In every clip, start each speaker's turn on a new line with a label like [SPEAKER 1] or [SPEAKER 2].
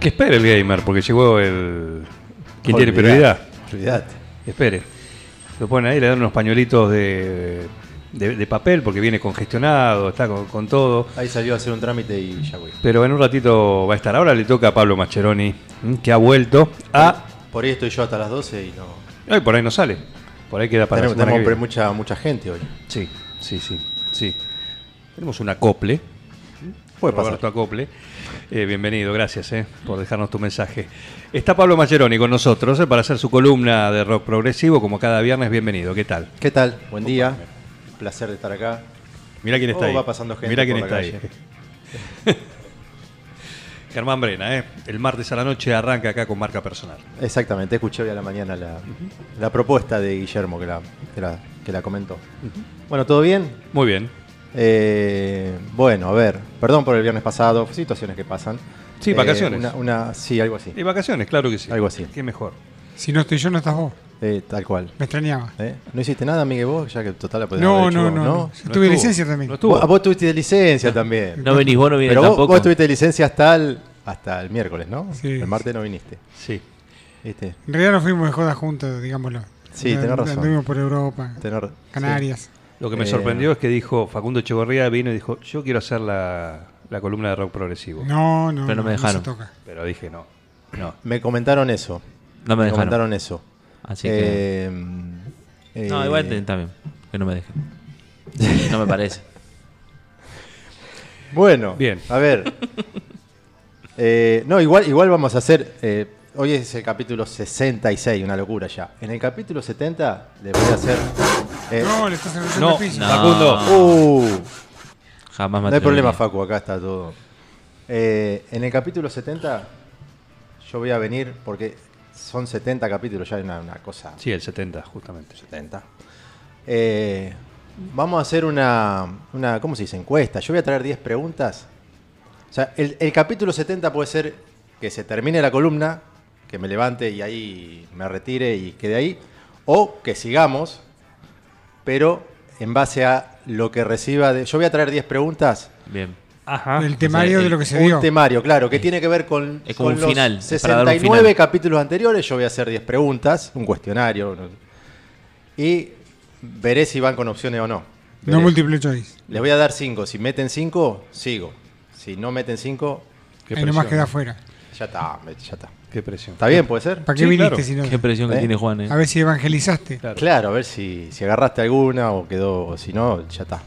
[SPEAKER 1] Que espere el gamer, porque llegó el. quien tiene prioridad.
[SPEAKER 2] Olvídate.
[SPEAKER 1] Espere. Lo ponen ahí, le dan unos pañuelitos de, de, de papel, porque viene congestionado, está con, con todo.
[SPEAKER 2] Ahí salió a hacer un trámite y ya voy.
[SPEAKER 1] Pero en un ratito va a estar. Ahora le toca a Pablo Mascheroni, ¿m? que ha vuelto a.
[SPEAKER 2] Por ahí estoy yo hasta las 12 y no.
[SPEAKER 1] Ay, por ahí no sale. Por ahí queda para la
[SPEAKER 2] Tenemos,
[SPEAKER 1] semana que
[SPEAKER 2] tenemos pre-
[SPEAKER 1] viene.
[SPEAKER 2] mucha, mucha gente hoy.
[SPEAKER 1] Sí, sí, sí, sí. Tenemos un acople.
[SPEAKER 2] Puede pasar.
[SPEAKER 1] Roberto Acople. Eh, bienvenido, gracias eh, por dejarnos tu mensaje. Está Pablo Mascheroni con nosotros eh, para hacer su columna de rock progresivo, como cada viernes. Bienvenido, ¿qué tal?
[SPEAKER 2] ¿Qué tal? Buen día. Un placer de estar acá.
[SPEAKER 1] Mira quién está
[SPEAKER 2] Oh,
[SPEAKER 1] ahí.
[SPEAKER 2] va pasando gente
[SPEAKER 1] Mira quién
[SPEAKER 2] por
[SPEAKER 1] está
[SPEAKER 2] la
[SPEAKER 1] ahí.
[SPEAKER 2] calle.
[SPEAKER 1] Germán Brena, eh. el martes a la noche arranca acá con marca personal.
[SPEAKER 2] Exactamente, escuché hoy a la mañana la, la propuesta de Guillermo que la, que la, que la comentó. Bueno, ¿todo bien?
[SPEAKER 1] Muy bien.
[SPEAKER 2] Eh, bueno, a ver, perdón por el viernes pasado, situaciones que pasan. Eh,
[SPEAKER 1] Sí, vacaciones.
[SPEAKER 2] Una, una- sí, algo así.
[SPEAKER 1] Y vacaciones, claro que sí.
[SPEAKER 2] Algo así.
[SPEAKER 1] Qué mejor.
[SPEAKER 3] Si no estoy yo, no estás vos.
[SPEAKER 2] Eh, tal cual.
[SPEAKER 3] Me extrañaba.
[SPEAKER 2] ¿Eh? ¿No hiciste nada, Miguel, vos? Ya que total la podrías
[SPEAKER 3] No,
[SPEAKER 2] haber hecho
[SPEAKER 3] no, no,
[SPEAKER 2] vos,
[SPEAKER 3] no. Yo
[SPEAKER 1] No
[SPEAKER 3] tuve
[SPEAKER 1] estuvo.
[SPEAKER 3] licencia también.
[SPEAKER 1] No estuvo.
[SPEAKER 2] Vos, vos tuviste licencia también.
[SPEAKER 4] No venís vos, no vienes
[SPEAKER 2] Pero vos,
[SPEAKER 4] tampoco.
[SPEAKER 2] vos tuviste licencia hasta el, hasta el miércoles, ¿no?
[SPEAKER 3] Sí.
[SPEAKER 2] el martes no viniste. Este,
[SPEAKER 1] Sí.
[SPEAKER 2] ¿Viste?
[SPEAKER 3] En realidad nos fuimos de joda juntos, digámoslo.
[SPEAKER 2] Sí,
[SPEAKER 3] Andu-
[SPEAKER 2] tenés razón.
[SPEAKER 3] Anduvimos por Europa,
[SPEAKER 2] Tener-
[SPEAKER 3] Canarias.
[SPEAKER 1] Lo que me
[SPEAKER 2] Eh,
[SPEAKER 1] sorprendió es que dijo Facundo Echevarría vino y dijo, yo quiero hacer la, la columna de rock progresivo.
[SPEAKER 3] No, no.
[SPEAKER 4] Pero no me dejaron.
[SPEAKER 3] se toca.
[SPEAKER 1] Pero dije no. No.
[SPEAKER 2] sí. Me comentaron eso.
[SPEAKER 4] No me dejaron.
[SPEAKER 2] comentaron eso.
[SPEAKER 4] Así que-
[SPEAKER 2] Eh, eh,
[SPEAKER 4] No, igual te- también. Que no me dejen. No me parece.
[SPEAKER 2] Bueno,
[SPEAKER 1] Bien.
[SPEAKER 2] a ver. Eh, no, igual, igual vamos a hacer. eh, hoy es el capítulo 66, una locura ya. En el capítulo 70 le voy a hacer. eh,
[SPEAKER 3] No, le estás
[SPEAKER 1] No,
[SPEAKER 3] arreglando el piso.
[SPEAKER 4] no.
[SPEAKER 1] Facundo.
[SPEAKER 2] uh,
[SPEAKER 4] Jamás me
[SPEAKER 2] No hay problema,
[SPEAKER 4] atrevería.
[SPEAKER 2] Facu, acá está todo. Eh, en el capítulo 70, yo voy a venir porque son 70 capítulos, ya hay una, una cosa.
[SPEAKER 1] Sí, el 70, justamente.
[SPEAKER 2] 70. Eh, vamos a hacer una, una, ¿cómo se dice? Encuesta. Yo voy a traer 10 preguntas. O sea, el, el capítulo 70 puede ser que se termine la columna, que me levante y ahí me retire y quede ahí, o que sigamos, pero en base a lo que reciba de... Yo voy a traer 10 preguntas
[SPEAKER 4] Bien.
[SPEAKER 1] Ajá.
[SPEAKER 3] El temario
[SPEAKER 4] O sea, eh,
[SPEAKER 3] de
[SPEAKER 4] el-
[SPEAKER 3] lo que se
[SPEAKER 2] un
[SPEAKER 3] dio.
[SPEAKER 2] temario, claro, que tiene que ver con,
[SPEAKER 4] Es como
[SPEAKER 2] con
[SPEAKER 4] un final,
[SPEAKER 2] los
[SPEAKER 4] es para dar un
[SPEAKER 2] 69
[SPEAKER 4] final.
[SPEAKER 2] capítulos anteriores. Yo voy a hacer 10 preguntas, un cuestionario. no- Y veré si van con opciones o no.
[SPEAKER 3] No
[SPEAKER 2] Veré.
[SPEAKER 3] múltiple choice.
[SPEAKER 2] Les voy a dar 5. Si meten 5, sigo. Si no meten 5,
[SPEAKER 1] Qué
[SPEAKER 3] Ahí nomás
[SPEAKER 1] presión,
[SPEAKER 3] queda
[SPEAKER 1] ¿no?
[SPEAKER 3] afuera.
[SPEAKER 2] ya está. me- Ya está.
[SPEAKER 1] Qué presión.
[SPEAKER 2] ¿Está bien? ¿Puede ser?
[SPEAKER 3] ¿Para qué
[SPEAKER 1] Sí,
[SPEAKER 3] viniste
[SPEAKER 1] claro.
[SPEAKER 3] si no?
[SPEAKER 4] Qué presión que
[SPEAKER 2] Eh.
[SPEAKER 4] tiene Juan, eh.
[SPEAKER 3] A ver si evangelizaste.
[SPEAKER 1] Claro.
[SPEAKER 2] Claro, a ver si, si agarraste alguna o quedó. O si no, ya está.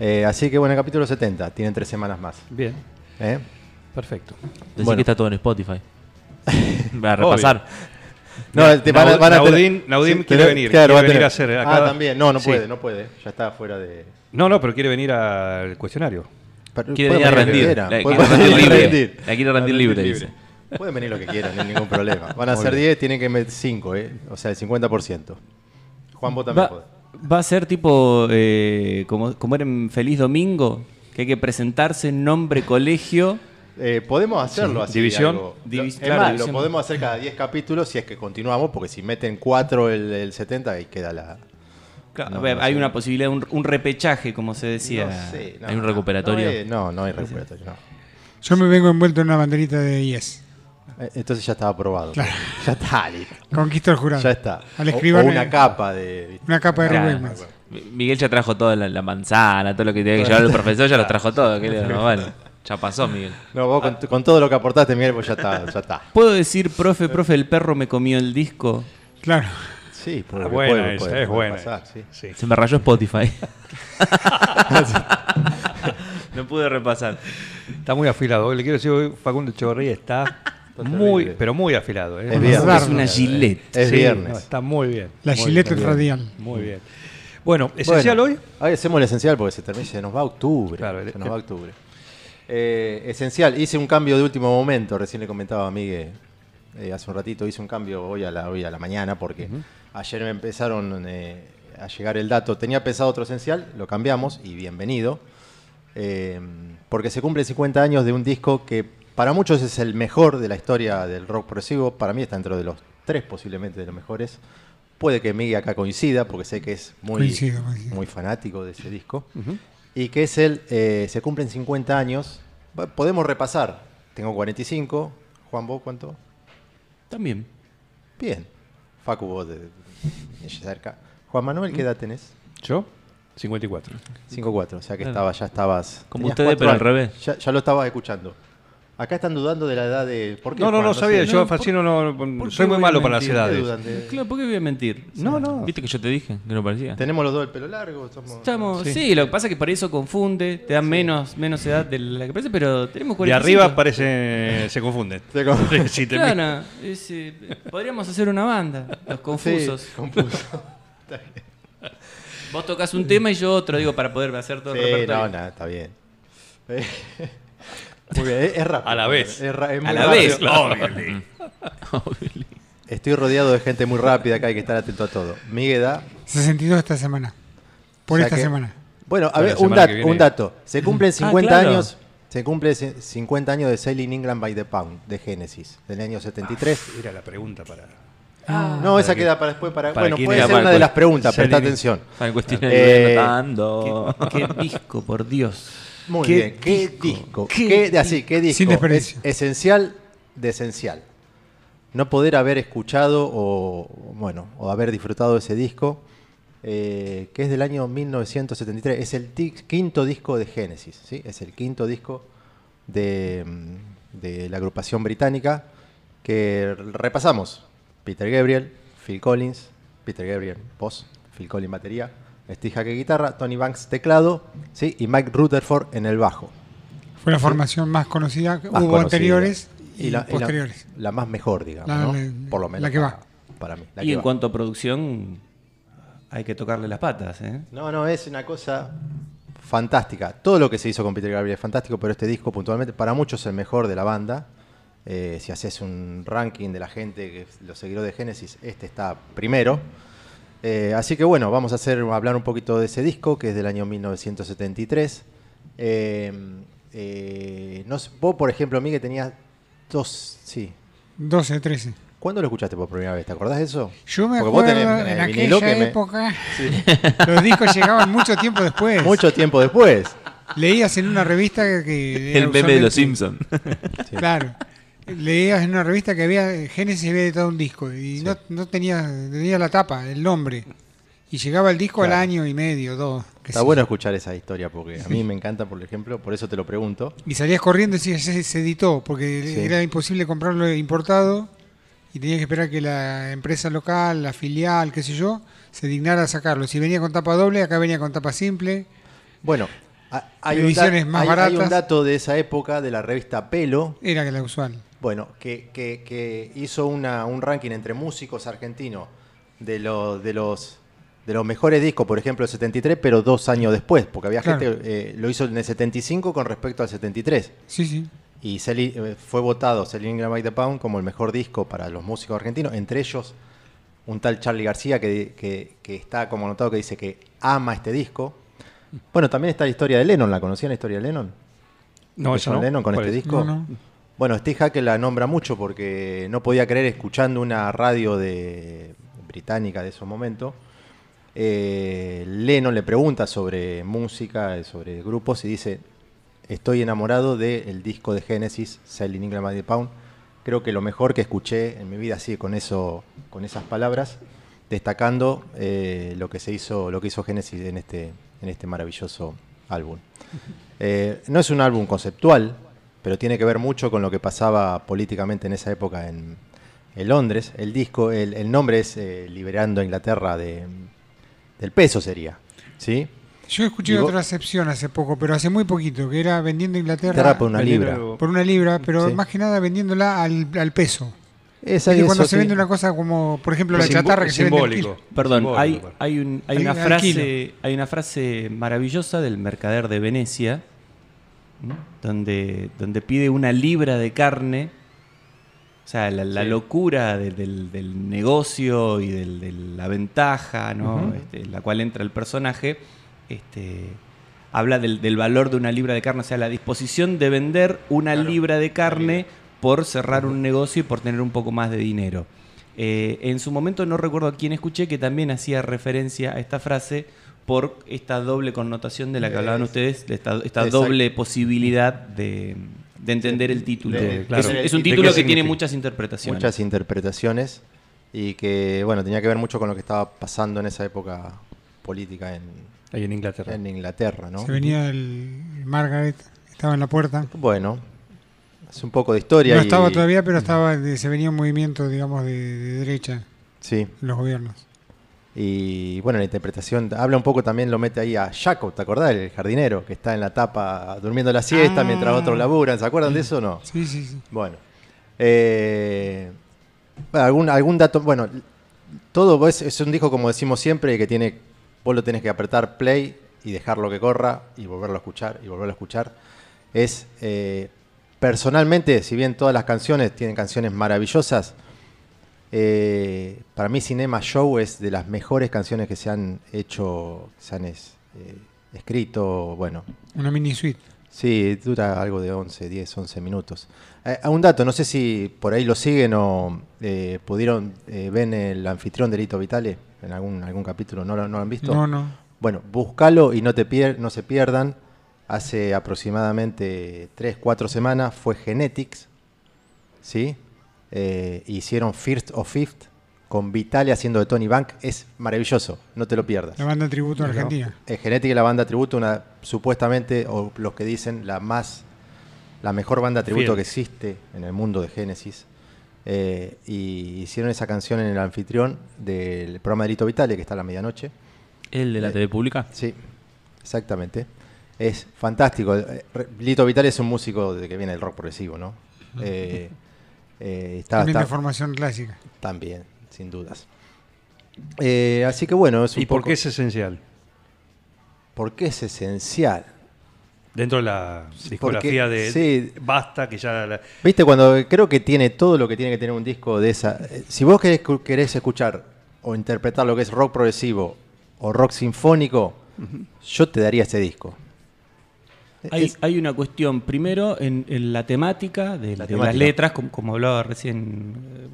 [SPEAKER 2] Eh, así que bueno, el capítulo 70. Tienen tres semanas más.
[SPEAKER 1] Bien,
[SPEAKER 2] ¿eh?
[SPEAKER 1] perfecto.
[SPEAKER 4] Decí
[SPEAKER 2] Bueno.
[SPEAKER 4] que está todo en Spotify. Para repasar.
[SPEAKER 2] No, te van a, van a tener-
[SPEAKER 1] Naudín- Naudín quiere
[SPEAKER 2] tener-
[SPEAKER 1] venir, quiere
[SPEAKER 2] claro, va a
[SPEAKER 1] venir
[SPEAKER 2] tener-
[SPEAKER 1] a hacer
[SPEAKER 2] Ah,
[SPEAKER 1] acá.
[SPEAKER 2] también. No, no
[SPEAKER 1] Sí.
[SPEAKER 2] puede, no puede. Ya está fuera de.
[SPEAKER 1] No, no, pero quiere venir al cuestionario.
[SPEAKER 2] Pero
[SPEAKER 4] Quiere
[SPEAKER 2] pueden
[SPEAKER 4] venir a
[SPEAKER 2] lo que
[SPEAKER 4] rendir.
[SPEAKER 2] quieran,
[SPEAKER 4] La
[SPEAKER 2] pueden
[SPEAKER 4] quiere
[SPEAKER 2] venir
[SPEAKER 4] rendir
[SPEAKER 2] a
[SPEAKER 4] libre. La quiere rendir libre,
[SPEAKER 2] Pueden venir lo que quieran, no hay ningún problema. Van a ser 10, tienen que meter 5, ¿eh? O sea, el 50%. Juan, vos también
[SPEAKER 4] Va,
[SPEAKER 2] podés.
[SPEAKER 4] va a ser tipo eh, como, como era en Feliz Domingo, que hay que presentarse, nombre, colegio.
[SPEAKER 2] Eh, podemos hacerlo
[SPEAKER 1] Sí.
[SPEAKER 2] así.
[SPEAKER 1] División.
[SPEAKER 2] algo.
[SPEAKER 4] Divi-
[SPEAKER 2] es
[SPEAKER 4] claro,
[SPEAKER 2] más,
[SPEAKER 4] división.
[SPEAKER 2] lo podemos hacer cada 10 capítulos si es que continuamos, porque si meten 4 el, el 70, ahí queda la.
[SPEAKER 4] Claro,
[SPEAKER 2] No,
[SPEAKER 4] a ver,
[SPEAKER 2] no
[SPEAKER 4] hay
[SPEAKER 2] sé.
[SPEAKER 4] una posibilidad, un, un repechaje, como se decía.
[SPEAKER 2] No sé, no,
[SPEAKER 4] ah, hay un
[SPEAKER 2] no,
[SPEAKER 4] recuperatorio.
[SPEAKER 2] No, eh, no, no hay recuperatorio. no.
[SPEAKER 3] Yo me vengo envuelto en una banderita de IES.
[SPEAKER 2] Eh, Entonces ya estaba aprobado. Ya está, listo.
[SPEAKER 3] Conquisto el jurado.
[SPEAKER 2] Ya está.
[SPEAKER 3] Al
[SPEAKER 2] O-
[SPEAKER 3] escribano.
[SPEAKER 2] o una capa de.
[SPEAKER 3] Una capa de
[SPEAKER 4] Claro.
[SPEAKER 3] Rubén más.
[SPEAKER 4] Mi- Miguel ya trajo toda la, la manzana, todo lo que tenía que llevar el profesor, ya lo trajo todo. ¿qué le- no, bueno, ya pasó, Miguel.
[SPEAKER 2] No, vos con, con todo lo que aportaste, Miguel, pues ya está, ya está.
[SPEAKER 4] ¿Puedo decir, profe, profe, el perro me comió el disco?
[SPEAKER 3] Claro.
[SPEAKER 2] Sí, por
[SPEAKER 1] Ah,
[SPEAKER 2] lo que
[SPEAKER 1] buena
[SPEAKER 2] puede-
[SPEAKER 1] esa,
[SPEAKER 2] puede-
[SPEAKER 1] es
[SPEAKER 2] puede
[SPEAKER 1] buena.
[SPEAKER 2] pasar, sí.
[SPEAKER 1] Sí.
[SPEAKER 4] Se me rayó Spotify. no pude repasar.
[SPEAKER 1] Está muy afilado. Le quiero decir, hoy Facundo Echevarría está muy, pero muy afilado. ¿eh?
[SPEAKER 2] Es viernes.
[SPEAKER 3] Es
[SPEAKER 4] una gilet.
[SPEAKER 2] Es
[SPEAKER 1] Sí, no,
[SPEAKER 2] viernes.
[SPEAKER 1] está muy bien.
[SPEAKER 3] La
[SPEAKER 1] muy
[SPEAKER 3] gileta
[SPEAKER 1] bien.
[SPEAKER 3] radial.
[SPEAKER 1] Muy bien. Bueno, esencial
[SPEAKER 2] Bueno,
[SPEAKER 1] hoy.
[SPEAKER 2] Ahí hacemos el esencial porque se termina, se nos va octubre.
[SPEAKER 1] Claro, el-
[SPEAKER 2] se nos va octubre. Eh, esencial, hice un cambio de último momento, recién le comentaba a Miguel eh, hace un ratito, hice un cambio hoy a la, hoy a la mañana porque ayer me empezaron eh, a llegar el dato, tenía pensado otro esencial, lo cambiamos y bienvenido, Eh, porque se cumplen 50 años de un disco que para muchos es el mejor de la historia del rock progresivo, para mí está dentro de los tres posiblemente de los mejores, puede que Miguel acá coincida porque sé que es muy,
[SPEAKER 3] Coincido, coincido.
[SPEAKER 2] muy fanático de ese disco y que es el eh, se cumplen 50 años. Va- Podemos repasar. Tengo 45. Juan, ¿vos cuánto?
[SPEAKER 4] También.
[SPEAKER 2] Bien. Facu, vos de, de cerca. Juan Manuel, ¿qué edad tenés?
[SPEAKER 1] ¿Yo? 54.
[SPEAKER 2] 5-4, o sea que
[SPEAKER 4] Claro.
[SPEAKER 2] estaba, ya estabas.
[SPEAKER 4] Como
[SPEAKER 2] tenías
[SPEAKER 4] ustedes,
[SPEAKER 2] cuatro
[SPEAKER 4] pero al
[SPEAKER 2] años.
[SPEAKER 4] revés.
[SPEAKER 2] Ya, ya lo estabas escuchando. Acá están dudando de la edad de. ¿Por qué,
[SPEAKER 1] No, no,
[SPEAKER 2] Juan?
[SPEAKER 1] no sabía.
[SPEAKER 2] sé.
[SPEAKER 1] yo
[SPEAKER 4] No,
[SPEAKER 1] a Facino no,
[SPEAKER 4] por qué
[SPEAKER 1] soy muy
[SPEAKER 4] voy a
[SPEAKER 1] malo para las
[SPEAKER 4] mentir?
[SPEAKER 2] ¿Por qué
[SPEAKER 1] edades.
[SPEAKER 2] dudan de-
[SPEAKER 4] Claro, ¿por qué voy a mentir?
[SPEAKER 1] No, no.
[SPEAKER 4] ¿Viste que yo te dije que no parecía?
[SPEAKER 2] Tenemos los dos el pelo largo. Estamos...
[SPEAKER 4] Estamos, sí. lo que pasa es que por eso confunde, te dan menos, menos edad de la que parece, pero tenemos
[SPEAKER 1] De
[SPEAKER 4] 45.
[SPEAKER 1] arriba parece. se confunden.
[SPEAKER 2] Se confunden.
[SPEAKER 1] Sí, te-
[SPEAKER 4] Claro, no, es, eh, podríamos hacer una banda, los confusos.
[SPEAKER 2] Sí, confusos.
[SPEAKER 4] Vos tocas un tema y yo otro, digo, para poder hacer todo el
[SPEAKER 2] Sí, no,
[SPEAKER 4] repertorio.
[SPEAKER 2] nada, está bien. Eh, Muy bien, es, es rápido.
[SPEAKER 1] A la vez.
[SPEAKER 2] Es ra- es muy
[SPEAKER 4] A la
[SPEAKER 2] rápido.
[SPEAKER 4] vez,
[SPEAKER 1] Obviously.
[SPEAKER 2] Estoy rodeado de gente muy rápida que hay que estar atento a todo. Miguel da.
[SPEAKER 3] 62 esta semana.
[SPEAKER 2] o
[SPEAKER 3] Por
[SPEAKER 2] sea
[SPEAKER 3] esta
[SPEAKER 2] que-
[SPEAKER 3] semana.
[SPEAKER 2] Bueno, a
[SPEAKER 1] Para
[SPEAKER 2] ver,
[SPEAKER 1] la
[SPEAKER 2] un,
[SPEAKER 1] semana
[SPEAKER 2] dat-
[SPEAKER 1] que viene.
[SPEAKER 2] un dato. Se cumplen 50
[SPEAKER 4] claro.
[SPEAKER 2] años. Se cumple c- 50 años de Sailing England by the Pound de Genesis, del año 73.
[SPEAKER 1] Era la pregunta para.
[SPEAKER 2] no, esa queda para después. Para,
[SPEAKER 1] ¿Para
[SPEAKER 2] bueno,
[SPEAKER 1] quién
[SPEAKER 2] puede
[SPEAKER 1] era?
[SPEAKER 2] ser una
[SPEAKER 1] Para
[SPEAKER 2] de
[SPEAKER 1] el-
[SPEAKER 2] las preguntas, presta
[SPEAKER 1] Sailing-
[SPEAKER 2] atención.
[SPEAKER 5] Hay cuestiones
[SPEAKER 2] Eh,
[SPEAKER 5] de tanto.
[SPEAKER 4] Oh, Qué disco, por Dios.
[SPEAKER 2] Muy
[SPEAKER 4] ¿Qué
[SPEAKER 2] bien, ¿qué disco? ¿Qué, así, ¿qué disco?
[SPEAKER 3] Sin desperdicio.
[SPEAKER 2] Es esencial de esencial. No poder haber escuchado o, bueno, o haber disfrutado ese disco, eh, que es del año 1973. Es el ti- quinto disco de Genesis, ¿sí? Es el quinto disco de, mm, de la agrupación británica que repasamos. Peter Gabriel, Phil Collins, Peter Gabriel, voz, Phil Collins batería, Steve Hackett guitarra, Tony Banks teclado, ¿sí? y Mike Rutherford en el bajo.
[SPEAKER 3] Fue la formación más conocida.
[SPEAKER 2] Más
[SPEAKER 3] Hubo
[SPEAKER 2] conocida.
[SPEAKER 3] anteriores y,
[SPEAKER 2] la-
[SPEAKER 3] posteriores.
[SPEAKER 2] La, más mejor, digamos,
[SPEAKER 3] La-
[SPEAKER 2] ¿no?
[SPEAKER 3] la-
[SPEAKER 2] por lo menos
[SPEAKER 3] la que
[SPEAKER 2] para,
[SPEAKER 3] va.
[SPEAKER 2] para mí. la
[SPEAKER 4] Y
[SPEAKER 2] que
[SPEAKER 4] en
[SPEAKER 2] va.
[SPEAKER 4] cuanto a producción, hay que tocarle las patas, ¿eh?
[SPEAKER 2] No, no, es una cosa fantástica. Todo lo que se hizo con Peter Gabriel es fantástico, pero este disco puntualmente para muchos es el mejor de la banda. Eh, si haces un ranking de la gente que lo seguiró de Genesis, este está primero. Eh, así que bueno, vamos a hacer, a hablar un poquito de ese disco, que es del año 1973. Eh, eh, no sé, vos, por ejemplo, Miguel, tenías dos, sí,
[SPEAKER 3] 12, 13.
[SPEAKER 2] ¿Cuándo lo escuchaste por primera vez? ¿Te acordás de eso?
[SPEAKER 3] Yo me
[SPEAKER 2] Porque
[SPEAKER 3] acuerdo
[SPEAKER 2] el
[SPEAKER 3] en
[SPEAKER 2] vinilo
[SPEAKER 3] aquella
[SPEAKER 2] que me-
[SPEAKER 3] época. Los discos llegaban mucho tiempo después.
[SPEAKER 2] Mucho tiempo después.
[SPEAKER 3] Leías en una revista que. que era
[SPEAKER 1] Eh,
[SPEAKER 5] El meme de los
[SPEAKER 3] usualmente-
[SPEAKER 5] Simpsons.
[SPEAKER 3] Claro. Leías en una revista que había Génesis había editado un disco y no, no tenía, tenía la tapa, el nombre. Y llegaba el disco
[SPEAKER 2] Claro.
[SPEAKER 3] al año y medio, dos. qué
[SPEAKER 2] Está
[SPEAKER 3] sé
[SPEAKER 2] bueno
[SPEAKER 3] yo.
[SPEAKER 2] escuchar esa historia porque a mí me encanta, por ejemplo, por eso te lo pregunto.
[SPEAKER 3] Y salías corriendo y decías, "Ya se, se editó, porque
[SPEAKER 2] Sí.
[SPEAKER 3] era imposible comprarlo importado y tenías que esperar que la empresa local, la filial, qué sé yo, se dignara a sacarlo. Si venía con tapa doble, acá venía con tapa simple.
[SPEAKER 2] Bueno, ha- hay un,
[SPEAKER 3] Ediciones
[SPEAKER 2] da-
[SPEAKER 3] más
[SPEAKER 2] hay- hay un
[SPEAKER 3] baratas.
[SPEAKER 2] dato de esa época de la revista Pelo,
[SPEAKER 3] Era la usual.
[SPEAKER 2] bueno, que, que- que hizo una- un ranking entre músicos argentinos de, los de, los, de los mejores discos, por ejemplo, el 73, pero dos años después, porque había
[SPEAKER 3] Claro.
[SPEAKER 2] gente, eh, lo hizo en el 75 con respecto al 73.
[SPEAKER 3] Sí, sí.
[SPEAKER 2] Y Celi- eh, fue votado Celine Graham by the Pound como el mejor disco para los músicos argentinos, entre ellos un tal Charlie García que, que- que está como anotado que dice que ama este disco. Bueno, también está la historia de Lennon, ¿la conocían la historia de Lennon?
[SPEAKER 1] No,
[SPEAKER 2] ¿De
[SPEAKER 1] eso
[SPEAKER 2] John
[SPEAKER 1] no.
[SPEAKER 2] Lennon con
[SPEAKER 1] ¿Cuál
[SPEAKER 2] este
[SPEAKER 1] es?
[SPEAKER 2] disco?
[SPEAKER 3] No, no.
[SPEAKER 2] Bueno, Steve Hackett la nombra mucho porque no podía creer escuchando una radio de británica de esos momentos. eh, Lennon le pregunta sobre música, eh, sobre grupos y dice, estoy enamorado del disco de Genesis, Sailing England by the Pound. Creo que lo mejor que escuché en mi vida, así con, eso, con esas palabras, destacando eh, lo que se hizo, lo que hizo Genesis en este, en este maravilloso álbum. Eh, no es un álbum conceptual, pero tiene que ver mucho con lo que pasaba políticamente en esa época en, en Londres. El disco, el, el nombre es eh, Liberando a Inglaterra de- del peso sería, ¿sí?
[SPEAKER 3] Yo escuché
[SPEAKER 2] Y vos-
[SPEAKER 3] otra acepción hace poco, pero hace muy poquito, que era vendiendo Inglaterra
[SPEAKER 2] Terra por una
[SPEAKER 1] El
[SPEAKER 2] libra.
[SPEAKER 1] libro-
[SPEAKER 3] por una libra, pero
[SPEAKER 2] Sí.
[SPEAKER 3] más que nada vendiéndola al, al peso.
[SPEAKER 2] Esa
[SPEAKER 3] Es que
[SPEAKER 2] eso
[SPEAKER 3] cuando se
[SPEAKER 2] sí.
[SPEAKER 3] vende una cosa como, por ejemplo, la
[SPEAKER 1] Simbo-
[SPEAKER 3] chatarra que se vende. al
[SPEAKER 1] simbólico.
[SPEAKER 3] kilo.
[SPEAKER 4] Perdón,
[SPEAKER 1] Simbólico,
[SPEAKER 4] hay,
[SPEAKER 1] aparte.
[SPEAKER 4] hay, un- hay
[SPEAKER 3] Al-
[SPEAKER 4] una
[SPEAKER 3] al
[SPEAKER 4] frase,
[SPEAKER 3] kilo.
[SPEAKER 4] hay una frase maravillosa del mercader de Venecia ¿m? donde, donde pide una libra de carne. O sea, la, la locura de- del, del negocio y del- de la ventaja, ¿no? Este, en la cual entra el personaje, este, habla del, del valor de una libra de carne, o sea, la disposición de vender una libra de carne por cerrar un negocio y por tener un poco más de dinero. Eh, en su momento no recuerdo a quién escuché que también hacía referencia a esta frase por esta doble connotación de la que hablaban ustedes, de esta, esta
[SPEAKER 2] Exacto.
[SPEAKER 4] doble posibilidad de, de entender el título.
[SPEAKER 2] De-
[SPEAKER 4] Es-
[SPEAKER 2] claro.
[SPEAKER 4] es un
[SPEAKER 1] ¿De qué
[SPEAKER 4] título que tiene
[SPEAKER 1] significa?
[SPEAKER 4] muchas interpretaciones.
[SPEAKER 2] Muchas interpretaciones y que, bueno, tenía que ver mucho con lo que estaba pasando en esa época política en,
[SPEAKER 1] Ahí en Inglaterra.
[SPEAKER 2] en Inglaterra, ¿no?
[SPEAKER 3] Se venía el, el Margaret, estaba en la puerta.
[SPEAKER 2] Bueno, es un poco de historia.
[SPEAKER 3] No
[SPEAKER 2] y-
[SPEAKER 3] estaba todavía, pero estaba de- se venía un movimiento, digamos, de, de derecha
[SPEAKER 2] Sí,
[SPEAKER 3] en los gobiernos.
[SPEAKER 2] y bueno, la interpretación habla un poco también, lo mete ahí a Jacob, ¿te acordás? El jardinero que está en la tapa durmiendo la siesta
[SPEAKER 3] Ah.
[SPEAKER 2] mientras otros laburan, ¿se acuerdan de eso o no?
[SPEAKER 3] Sí, sí, sí.
[SPEAKER 2] Bueno. eh, bueno, algún, algún dato. Bueno, todo es, es un disco, como decimos siempre, que tiene. Vos lo tenés que apretar play y dejarlo que corra y volverlo a escuchar y volverlo a escuchar. Es. eh, personalmente, si bien todas las canciones tienen canciones maravillosas, eh, para mí Cinema Show es de las mejores canciones que se han hecho, que se han es- eh, escrito, bueno,
[SPEAKER 3] Una mini suite.
[SPEAKER 2] Sí, dura algo de 11, 10, 11 minutos. Eh, a un dato, no sé si por ahí lo siguen o eh, pudieron eh, ver el anfitrión de Lito Vitale en algún, algún capítulo, ¿no lo, no lo han visto?
[SPEAKER 3] No, no.
[SPEAKER 2] Bueno, búscalo y no, te pier- no se pierdan. Hace aproximadamente 3, 4 semanas fue Genetics, ¿sí? Eh, hicieron First of Fifth con Vitale haciendo de Tony Bank. Es maravilloso, no te lo pierdas.
[SPEAKER 3] La banda tributo argentina.
[SPEAKER 2] Eh, Genetic es la banda tributo, una supuestamente, o los que dicen, la más la mejor banda tributo
[SPEAKER 1] Fiel.
[SPEAKER 2] que existe en el mundo de Génesis. Eh, y hicieron esa canción en el anfitrión del programa de Lito Vitale, que está a la medianoche.
[SPEAKER 4] ¿El de la TV pública?
[SPEAKER 2] Sí, exactamente. Es fantástico. Eh, re- Lito Vitale es un músico de que viene del rock progresivo, ¿no? Eh, eh, está-
[SPEAKER 3] También de
[SPEAKER 2] está-
[SPEAKER 3] formación clásica.
[SPEAKER 2] también, sin dudas. Eh, así que bueno, es un
[SPEAKER 1] ¿Y por
[SPEAKER 2] poco-
[SPEAKER 1] qué es esencial?
[SPEAKER 2] porque es esencial.
[SPEAKER 1] Dentro de la discografía de
[SPEAKER 2] sí.
[SPEAKER 1] Basta, que ya la-
[SPEAKER 2] Viste, cuando creo que tiene todo lo que tiene que tener un disco de esa. eh, Si vos querés, cu- querés escuchar o interpretar lo que es rock progresivo o rock sinfónico, yo te daría ese disco.
[SPEAKER 4] Hay,
[SPEAKER 2] Es-
[SPEAKER 4] hay una cuestión, primero, en, en la temática de,
[SPEAKER 2] La
[SPEAKER 4] de
[SPEAKER 2] temática.
[SPEAKER 4] las letras, como, como hablaba recién eh,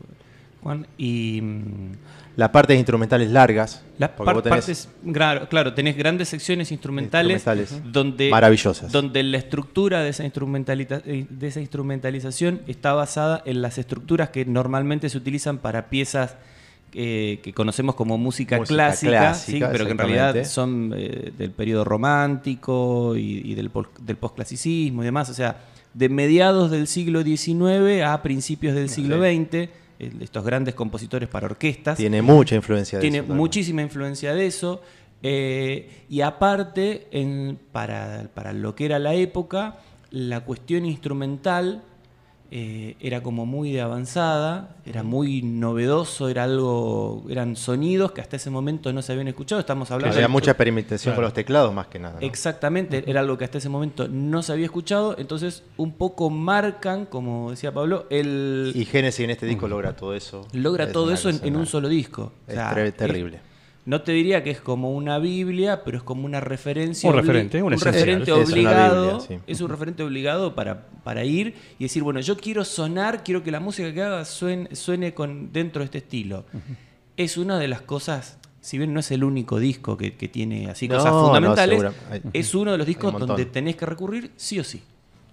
[SPEAKER 4] Juan, y mm,
[SPEAKER 2] las partes instrumentales largas.
[SPEAKER 4] las
[SPEAKER 2] porque
[SPEAKER 4] par-
[SPEAKER 2] vos tenés-
[SPEAKER 4] partes, claro, claro, tenés grandes secciones instrumentales,
[SPEAKER 2] Instrumentales.
[SPEAKER 4] donde
[SPEAKER 2] Maravillosas.
[SPEAKER 4] donde la estructura de esa, instrumentalita- eh, de esa instrumentalización está basada en las estructuras que normalmente se utilizan para piezas eh, que conocemos como música,
[SPEAKER 2] Música
[SPEAKER 4] clásica,
[SPEAKER 2] clásica,
[SPEAKER 4] sí, pero que en realidad
[SPEAKER 2] exactamente.
[SPEAKER 4] son eh, del periodo romántico y, y del, pol- del posclasicismo y demás, o sea, de mediados del siglo XIX a principios del siglo XX, eh, estos grandes compositores para orquestas.
[SPEAKER 2] Tiene mucha influencia de
[SPEAKER 4] Tiene
[SPEAKER 2] eso también.
[SPEAKER 4] muchísima influencia de eso. eh, y aparte, en- para, para lo que era la época, la cuestión instrumental eh, era como muy de avanzada, era muy novedoso, era algo, eran sonidos que hasta ese momento no se habían escuchado. Estamos hablando
[SPEAKER 2] Había
[SPEAKER 4] de-
[SPEAKER 2] mucha experimentación con los teclados más que nada. ¿no?
[SPEAKER 4] Exactamente, era algo que hasta ese momento no se había escuchado, entonces un poco marcan, como decía Pablo, el
[SPEAKER 2] Y Genesis en este disco logra todo eso.
[SPEAKER 4] logra
[SPEAKER 2] Es
[SPEAKER 4] todo
[SPEAKER 2] una
[SPEAKER 4] eso en,
[SPEAKER 2] cosa,
[SPEAKER 4] en un
[SPEAKER 2] ¿no?
[SPEAKER 4] solo disco. O
[SPEAKER 2] Es
[SPEAKER 4] sea,
[SPEAKER 2] tre-
[SPEAKER 4] es-
[SPEAKER 2] terrible.
[SPEAKER 4] no te diría que es como una Biblia, pero es como una referencia.
[SPEAKER 1] Un
[SPEAKER 4] obli-
[SPEAKER 1] referente, un esencial.
[SPEAKER 4] referente
[SPEAKER 2] Es una
[SPEAKER 4] obligado.
[SPEAKER 2] Biblia, sí.
[SPEAKER 4] Es un referente obligado para, para ir y decir, bueno, yo quiero sonar, quiero que la música que haga suene, suene con, dentro de este estilo. Es una de las cosas, si bien no es el único disco que, que tiene así
[SPEAKER 2] No,
[SPEAKER 4] cosas
[SPEAKER 2] no,
[SPEAKER 4] fundamentales,
[SPEAKER 2] seguro. Hay-
[SPEAKER 4] es uno de los discos
[SPEAKER 2] montón.
[SPEAKER 4] donde tenés que recurrir sí o sí.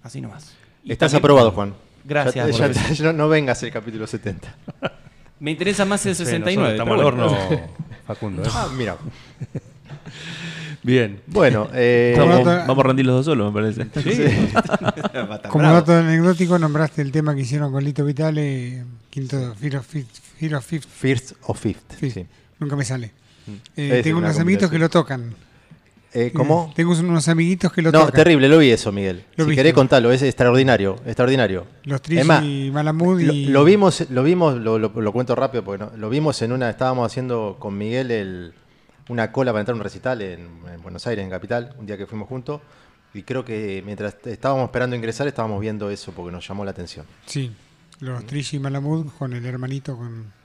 [SPEAKER 4] Así nomás. Y
[SPEAKER 2] Estás
[SPEAKER 4] también-
[SPEAKER 2] aprobado, Juan.
[SPEAKER 4] Gracias,
[SPEAKER 2] Ya- ya-
[SPEAKER 4] profesor.
[SPEAKER 2] ya no, no vengas el capítulo 70.
[SPEAKER 4] Me interesa más el
[SPEAKER 1] Sí,
[SPEAKER 4] 69.
[SPEAKER 1] nosotros
[SPEAKER 4] pero bueno.
[SPEAKER 1] estamos al horno, Facundo. ¿eh?
[SPEAKER 2] Ah, mira.
[SPEAKER 1] Bien.
[SPEAKER 2] Bueno, eh,
[SPEAKER 4] Vamos,
[SPEAKER 3] Como dato-
[SPEAKER 4] vamos a rendir los dos solos, me parece.
[SPEAKER 3] Como dato anecdótico, nombraste el tema que hicieron con Lito Vitale, quinto, Fear of Fifth. Fear of Fifth-
[SPEAKER 2] First o Fifth.
[SPEAKER 3] Fifth.
[SPEAKER 2] sí. Mm.
[SPEAKER 3] Nunca me sale. Eh,
[SPEAKER 2] Es
[SPEAKER 3] tengo
[SPEAKER 2] una
[SPEAKER 3] unos amiguitos
[SPEAKER 2] combinación.
[SPEAKER 3] que lo tocan.
[SPEAKER 2] Eh, ¿Cómo?
[SPEAKER 3] Tengo unos amiguitos que lo
[SPEAKER 2] No,
[SPEAKER 3] tocan.
[SPEAKER 2] terrible, lo vi eso, Miguel.
[SPEAKER 3] Lo
[SPEAKER 2] si
[SPEAKER 3] viste.
[SPEAKER 2] querés contarlo, es extraordinario, extraordinario.
[SPEAKER 3] Los
[SPEAKER 2] Es
[SPEAKER 3] Trish
[SPEAKER 2] más,
[SPEAKER 3] y Malamud
[SPEAKER 2] lo,
[SPEAKER 3] y...
[SPEAKER 2] lo vimos, lo vimos, lo, lo- lo cuento rápido porque no- lo vimos en una, estábamos haciendo con Miguel el- una cola para entrar a un recital en, en Buenos Aires, en Capital, un día que fuimos juntos. Y Y creo que mientras estábamos esperando ingresar estábamos viendo eso porque nos llamó la atención.
[SPEAKER 3] Sí, los Trishi Malamud con el hermanito, con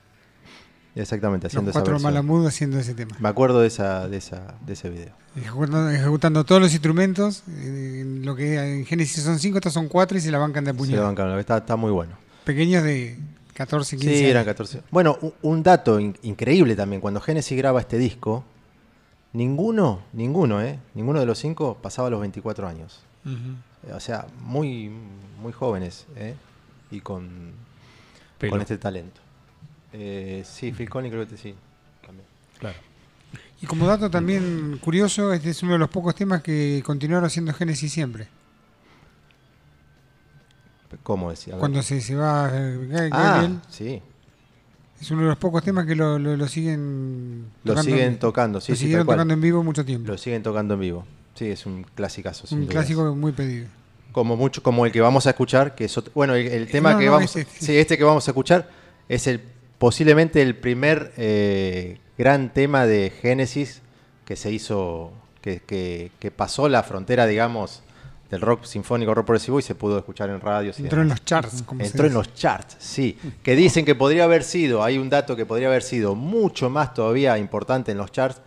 [SPEAKER 2] Exactamente, haciendo
[SPEAKER 3] los
[SPEAKER 2] esa
[SPEAKER 3] cuatro
[SPEAKER 2] versión.
[SPEAKER 3] Malamud haciendo ese tema.
[SPEAKER 2] Me acuerdo de, esa, de, esa, de ese video.
[SPEAKER 3] Ejecutando, ejecutando todos los instrumentos, eh, en lo que en Génesis son cinco, estos son cuatro y se la bancan de a
[SPEAKER 2] Se lo
[SPEAKER 3] puñado.
[SPEAKER 2] bancaron, está, está muy bueno.
[SPEAKER 3] Pequeños de 14, 15
[SPEAKER 2] Sí,
[SPEAKER 3] años.
[SPEAKER 2] eran 14. Bueno, u- un dato in- increíble también, cuando Genesis graba este disco, ninguno, ninguno, ¿eh? Ninguno de los cinco pasaba los 24 años.
[SPEAKER 3] Ujú.
[SPEAKER 2] O sea, muy, muy jóvenes, ¿eh? Y con,
[SPEAKER 1] Pelo.
[SPEAKER 2] con este talento. Eh, sí, Phil Collins creo que sí. también.
[SPEAKER 3] Y como dato también curioso, este es uno de los pocos temas que continuaron haciendo Génesis siempre.
[SPEAKER 2] ¿Cómo decía?
[SPEAKER 3] Cuando se, se va eh, Ga-
[SPEAKER 2] Ah,
[SPEAKER 3] Gabriel,
[SPEAKER 2] sí.
[SPEAKER 3] es uno de los pocos temas que lo, lo- lo siguen
[SPEAKER 2] Lo siguen tocando, sí,
[SPEAKER 3] lo
[SPEAKER 2] sí,
[SPEAKER 3] siguieron
[SPEAKER 2] tal cual.
[SPEAKER 3] tocando en vivo mucho tiempo.
[SPEAKER 2] Lo siguen tocando en vivo. Sí, es un clasicazo. sin
[SPEAKER 3] un
[SPEAKER 2] dudas.
[SPEAKER 3] clásico muy pedido.
[SPEAKER 2] Como mucho, como el que vamos a escuchar, que es otro- bueno, el, el tema
[SPEAKER 3] No,
[SPEAKER 2] que
[SPEAKER 3] no,
[SPEAKER 2] vamos,
[SPEAKER 3] este, este.
[SPEAKER 2] sí, este que vamos a escuchar es el posiblemente el primer eh, gran tema de Génesis que se hizo, que, que- que pasó la frontera, digamos, del rock sinfónico, rock progresivo y se pudo escuchar en radios. y
[SPEAKER 3] Entró en
[SPEAKER 2] demás.
[SPEAKER 3] los charts. como se
[SPEAKER 2] Entró en
[SPEAKER 3] dice.
[SPEAKER 2] los charts, sí. Que dicen que podría haber sido, hay un dato que podría haber sido mucho más todavía importante en los charts,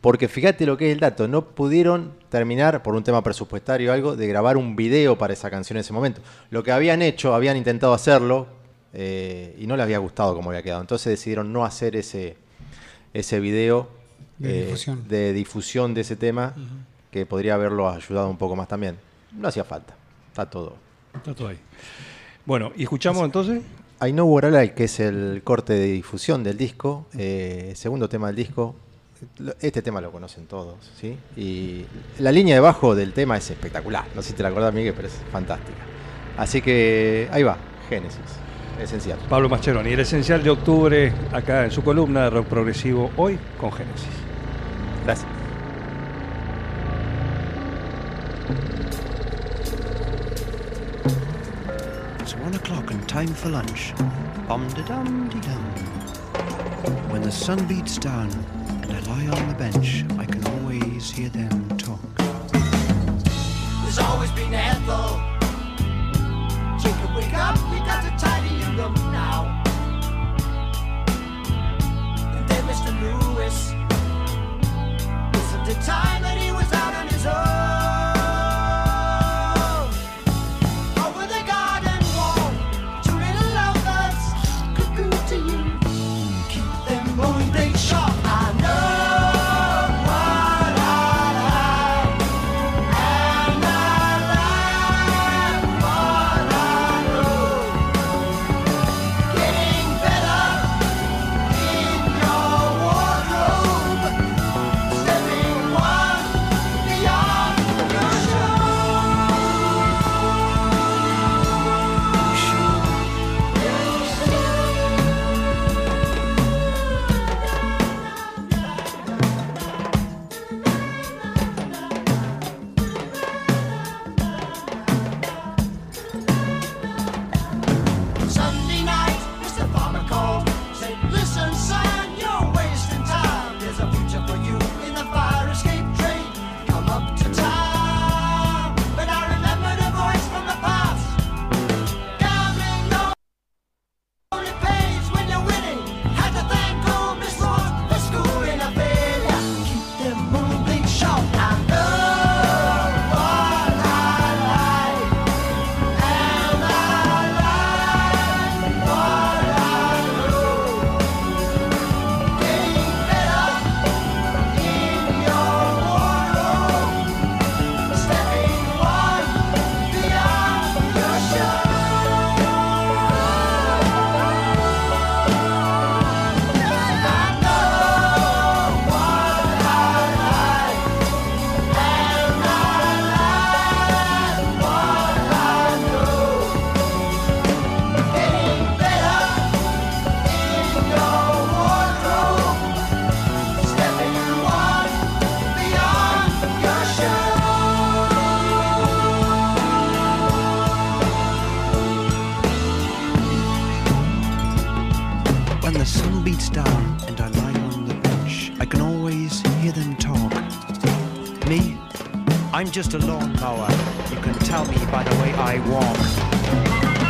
[SPEAKER 2] porque fíjate lo que es el dato, no pudieron terminar, por un tema presupuestario o algo, de grabar un video para esa canción en ese momento. Lo que habían hecho, habían intentado hacerlo eh, y no le había gustado como había quedado. Entonces decidieron no hacer ese, ese video eh,
[SPEAKER 3] De difusión.
[SPEAKER 2] de difusión de ese tema, que podría haberlo ayudado un poco más también. No hacía falta, está todo.
[SPEAKER 1] Está todo ahí. Bueno, ¿y escuchamos entonces?
[SPEAKER 2] I Know What I Like, que es el corte de difusión del disco, eh, segundo tema del disco. Lo- Este tema lo conocen todos, ¿sí? Y la línea de bajo del tema es espectacular. No sé si te la acordás, Miguel, pero es fantástica. Así que ahí va, Génesis, esencial.
[SPEAKER 1] Pablo Mascheroni, el esencial de octubre, acá en su columna de rock progresivo, hoy con Génesis.
[SPEAKER 2] Gracias.
[SPEAKER 6] It's one o'clock and time for lunch. Bum de dum de dum. When the sun beats down and I lie on the bench, I can always hear them talk. There's always been Ethel. Jacob, wake up, we got to tidy your room now. And then Mr. Lewis. Isn't it time that he was out on his own? Over the garden wall, two little lovebirds cuckoo to you. Keep them moonbeam sharp. I know what I like, and I like what I know. Getting better in your wardrobe, stepping one beyond your show. Sunday night, Mr. Farmer called. Said, listen, son, you're wasting time. There's a future for you in the fire escape trade. Come up to time. But I remembered a voice from the past. Gambling no- only pays when you're winning. Had to thank old Miss Ross for schooling a failure. Keep them moving sharp. I know what I like. And I like what I know. Getting better in your world. Stepping one beyond your show. And I know what I like. And I like what I know. Getting better in your wardrobe, stepping one beyond your show. When the sun beats down and I lie on the bench, I can always hear them talk. Me, I
[SPEAKER 5] I'm just a lawnmower. You can tell me by the way I walk.